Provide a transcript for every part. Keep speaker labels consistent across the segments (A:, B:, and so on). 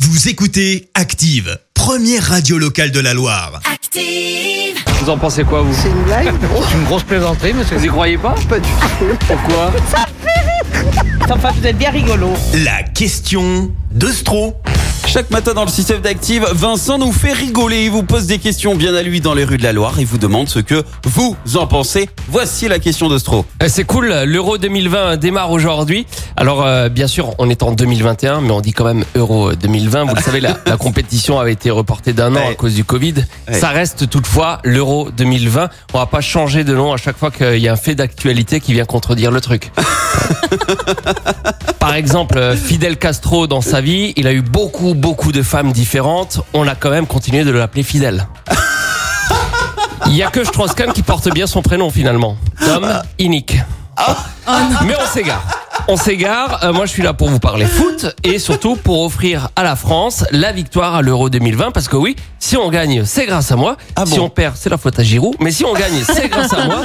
A: Vous écoutez Active, première radio locale de la Loire.
B: Active!
C: Vous en pensez quoi, vous
D: C'est une blague
C: C'est une grosse plaisanterie, monsieur. Vous y croyez pas
D: Pas du tout.
C: Pourquoi
D: Enfin, vous êtes bien rigolo.
A: La question de Stro.
E: Chaque matin dans le système d'active, Vincent nous fait rigoler. Il vous pose des questions bien à lui dans les rues de la Loire et vous demande ce que vous en pensez. Voici la question de Stro.
F: Euh, C'est cool, l'Euro 2020 démarre aujourd'hui. Alors euh, bien sûr, on est en 2021, mais on dit quand même Euro 2020. Vous le savez, la, la compétition avait été reportée d'un an
E: Ouais.
F: à cause du Covid.
E: Ouais.
F: Ça reste toutefois l'Euro 2020. On va pas changer de nom à chaque fois qu'il y a un fait d'actualité qui vient contredire le truc. Par exemple, euh, Fidel Castro dans sa vie, il a eu beaucoup, beaucoup de femmes différentes. On a quand même continué de l'appeler Fidel. Il y a que Strauss-Kahn qui porte bien son prénom finalement. Tom
E: Euh,
F: Inick.
E: ah.
F: Mais on s'égare. On s'égare. Euh, moi, je suis là pour vous parler foot et surtout pour offrir à la France la victoire à l'Euro 2020. Parce que oui, si on gagne, c'est grâce à moi.
E: Ah
F: si
E: bon
F: on perd, c'est la faute à Giroud. Mais si on gagne, c'est grâce à moi.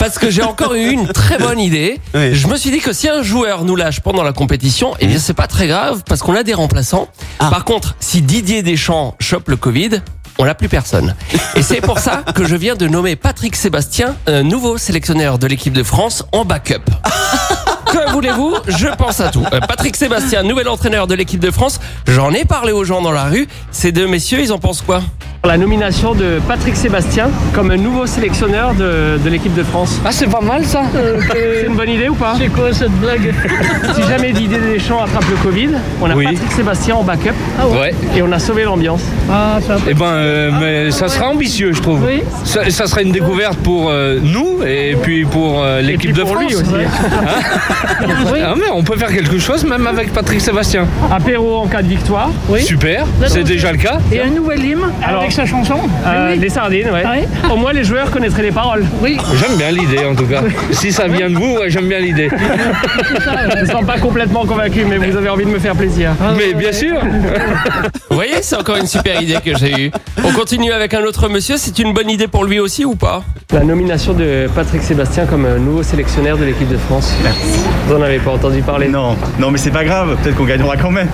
F: Parce que j'ai encore eu une très bonne idée.
E: Oui.
F: Je me suis dit que si un joueur nous lâche pendant la compétition, eh bien c'est pas très grave parce qu'on a des remplaçants. Par contre, si Didier Deschamps chope le Covid, on n'a plus personne. Et c'est pour ça que je viens de nommer Patrick Sébastien euh, nouveau sélectionneur de l'équipe de France en backup. Que voulez-vous Je pense à tout. Euh, Patrick Sébastien, nouvel entraîneur de l'équipe de France. J'en ai parlé aux gens dans la rue. Ces deux messieurs, ils en pensent quoi
G: la nomination de Patrick Sébastien comme nouveau sélectionneur de, de l'équipe de France. Ah, c'est pas mal ça C'est une bonne idée ou pas C'est quoi cette blague Si jamais Didier Deschamps attrape le Covid, on a
C: Oui.
G: Patrick Sébastien en backup
C: Ouais.
G: et on a sauvé l'ambiance. Ah,
C: Eh ben, euh, mais ça sera ambitieux, je trouve.
G: Oui.
C: Ça, ça sera une découverte pour euh, nous et puis pour euh,
G: Et puis
C: l'équipe de
G: pour
C: France.
G: lui aussi. Oui.
C: Ah, mais on peut faire quelque chose même avec Patrick Sébastien.
G: Apéro en cas de victoire.
C: Super, c'est déjà le cas.
H: Et un nouvel hymne avec sa chanson
G: Euh,
H: Oui.
G: Les sardines, ouais.
H: Ah oui.
G: Au moins les joueurs connaîtraient les paroles.
H: Oui,
C: J'aime bien l'idée en tout cas. Si ça vient de vous, ouais, j'aime bien l'idée.
G: Je ne sens pas complètement convaincu, mais vous avez envie de me faire plaisir.
C: Mais bien sûr.
F: Vous voyez, c'est encore une super idée que j'ai eue. On continue avec un autre monsieur. C'est une bonne idée pour lui aussi ou pas
G: La nomination de Patrick Sébastien comme euh, nouveau sélectionnaire de l'équipe de France. Vous en avez pas entendu parler
I: Non, non mais c'est pas grave, peut-être qu'on gagnera quand même.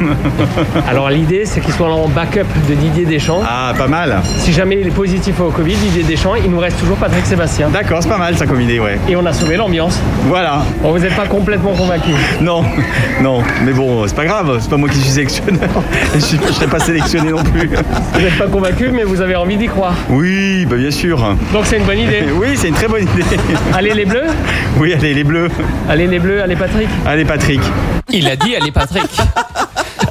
G: Alors l'idée c'est qu'il soit en backup de Didier Deschamps.
I: Ah, pas mal.
G: Si jamais il est positif au Covid, Didier Deschamps, il nous reste toujours Patrick Sébastien.
I: D'accord, c'est pas mal ça comme idée, ouais.
G: Et on a sauvé l'ambiance.
I: Voilà.
G: On vous êtes pas complètement convaincu.
I: Non, non, mais bon, c'est pas grave, c'est pas moi qui suis sélectionneur. Je, suis- je serai pas sélectionné non plus.
G: Vous n'êtes pas convaincu, mais vous avez envie d'y croire.
I: Oui, bah bien sûr.
G: Donc c'est une bonne idée.
I: Oui, c'est une très bonne idée.
G: Allez les bleus
I: Oui, allez, les bleus.
G: Allez les bleus, allez Patrick
I: Allez, Patrick.
F: Il a dit, elle est Patrick.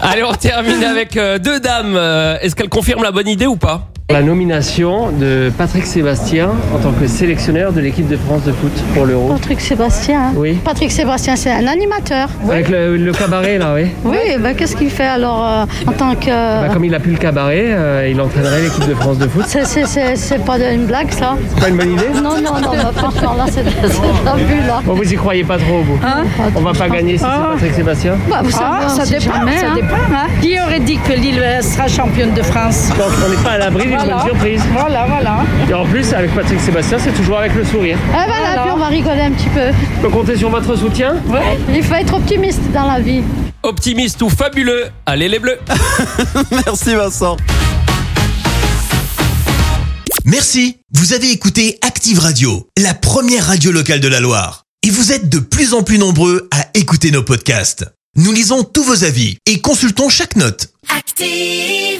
F: Allez, on termine avec euh, deux dames. Euh, Est-ce qu'elles confirment la bonne idée ou pas
G: La nomination de Patrick Sébastien en tant que sélectionneur de l'équipe de France de foot pour l'Euro.
J: Patrick Sébastien. hein.
G: Oui.
J: Patrick Sébastien, c'est un animateur.
G: Avec le, le cabaret là, oui.
J: Oui, bah, qu'est-ce qu'il fait alors euh, en tant que.
G: Bah, comme il a plus le cabaret, euh, il entraînerait l'équipe de France de foot.
J: C'est- c'est- C'est c'est pas de- une blague ça
G: C'est pas une bonne idée
J: Non, non, non, bah, franchement là c'est c'est de la vue là.
G: Bon, vous y croyez pas trop, vous. On va pas gagner si c'est Patrick Sébastien.
J: Bah, vous savez, on
H: ça
J: sait
H: dépend,
J: jamais,
H: ça
J: hein.
H: dépend. hein. Qui aurait dit que Lille euh, sera championne de France
G: Donc on n'est pas à l'abri d'une
H: Voilà.
G: bonne surprise.
H: Voilà, voilà.
G: Et en plus, avec Patrick Sébastien, c'est toujours avec le sourire.
J: Eh ben, là,
H: Voilà.
J: puis on va rigoler un petit peu.
G: Je peux compter sur votre soutien
J: Il faut être optimiste dans la vie.
F: Optimiste ou fabuleux Allez les bleus
E: Merci Vincent.
A: Merci. Vous avez écouté Active Radio, la première radio locale de la Loire. Et vous êtes de plus en plus nombreux à écouter nos podcasts. Nous lisons tous vos avis et consultons chaque note.
B: Active!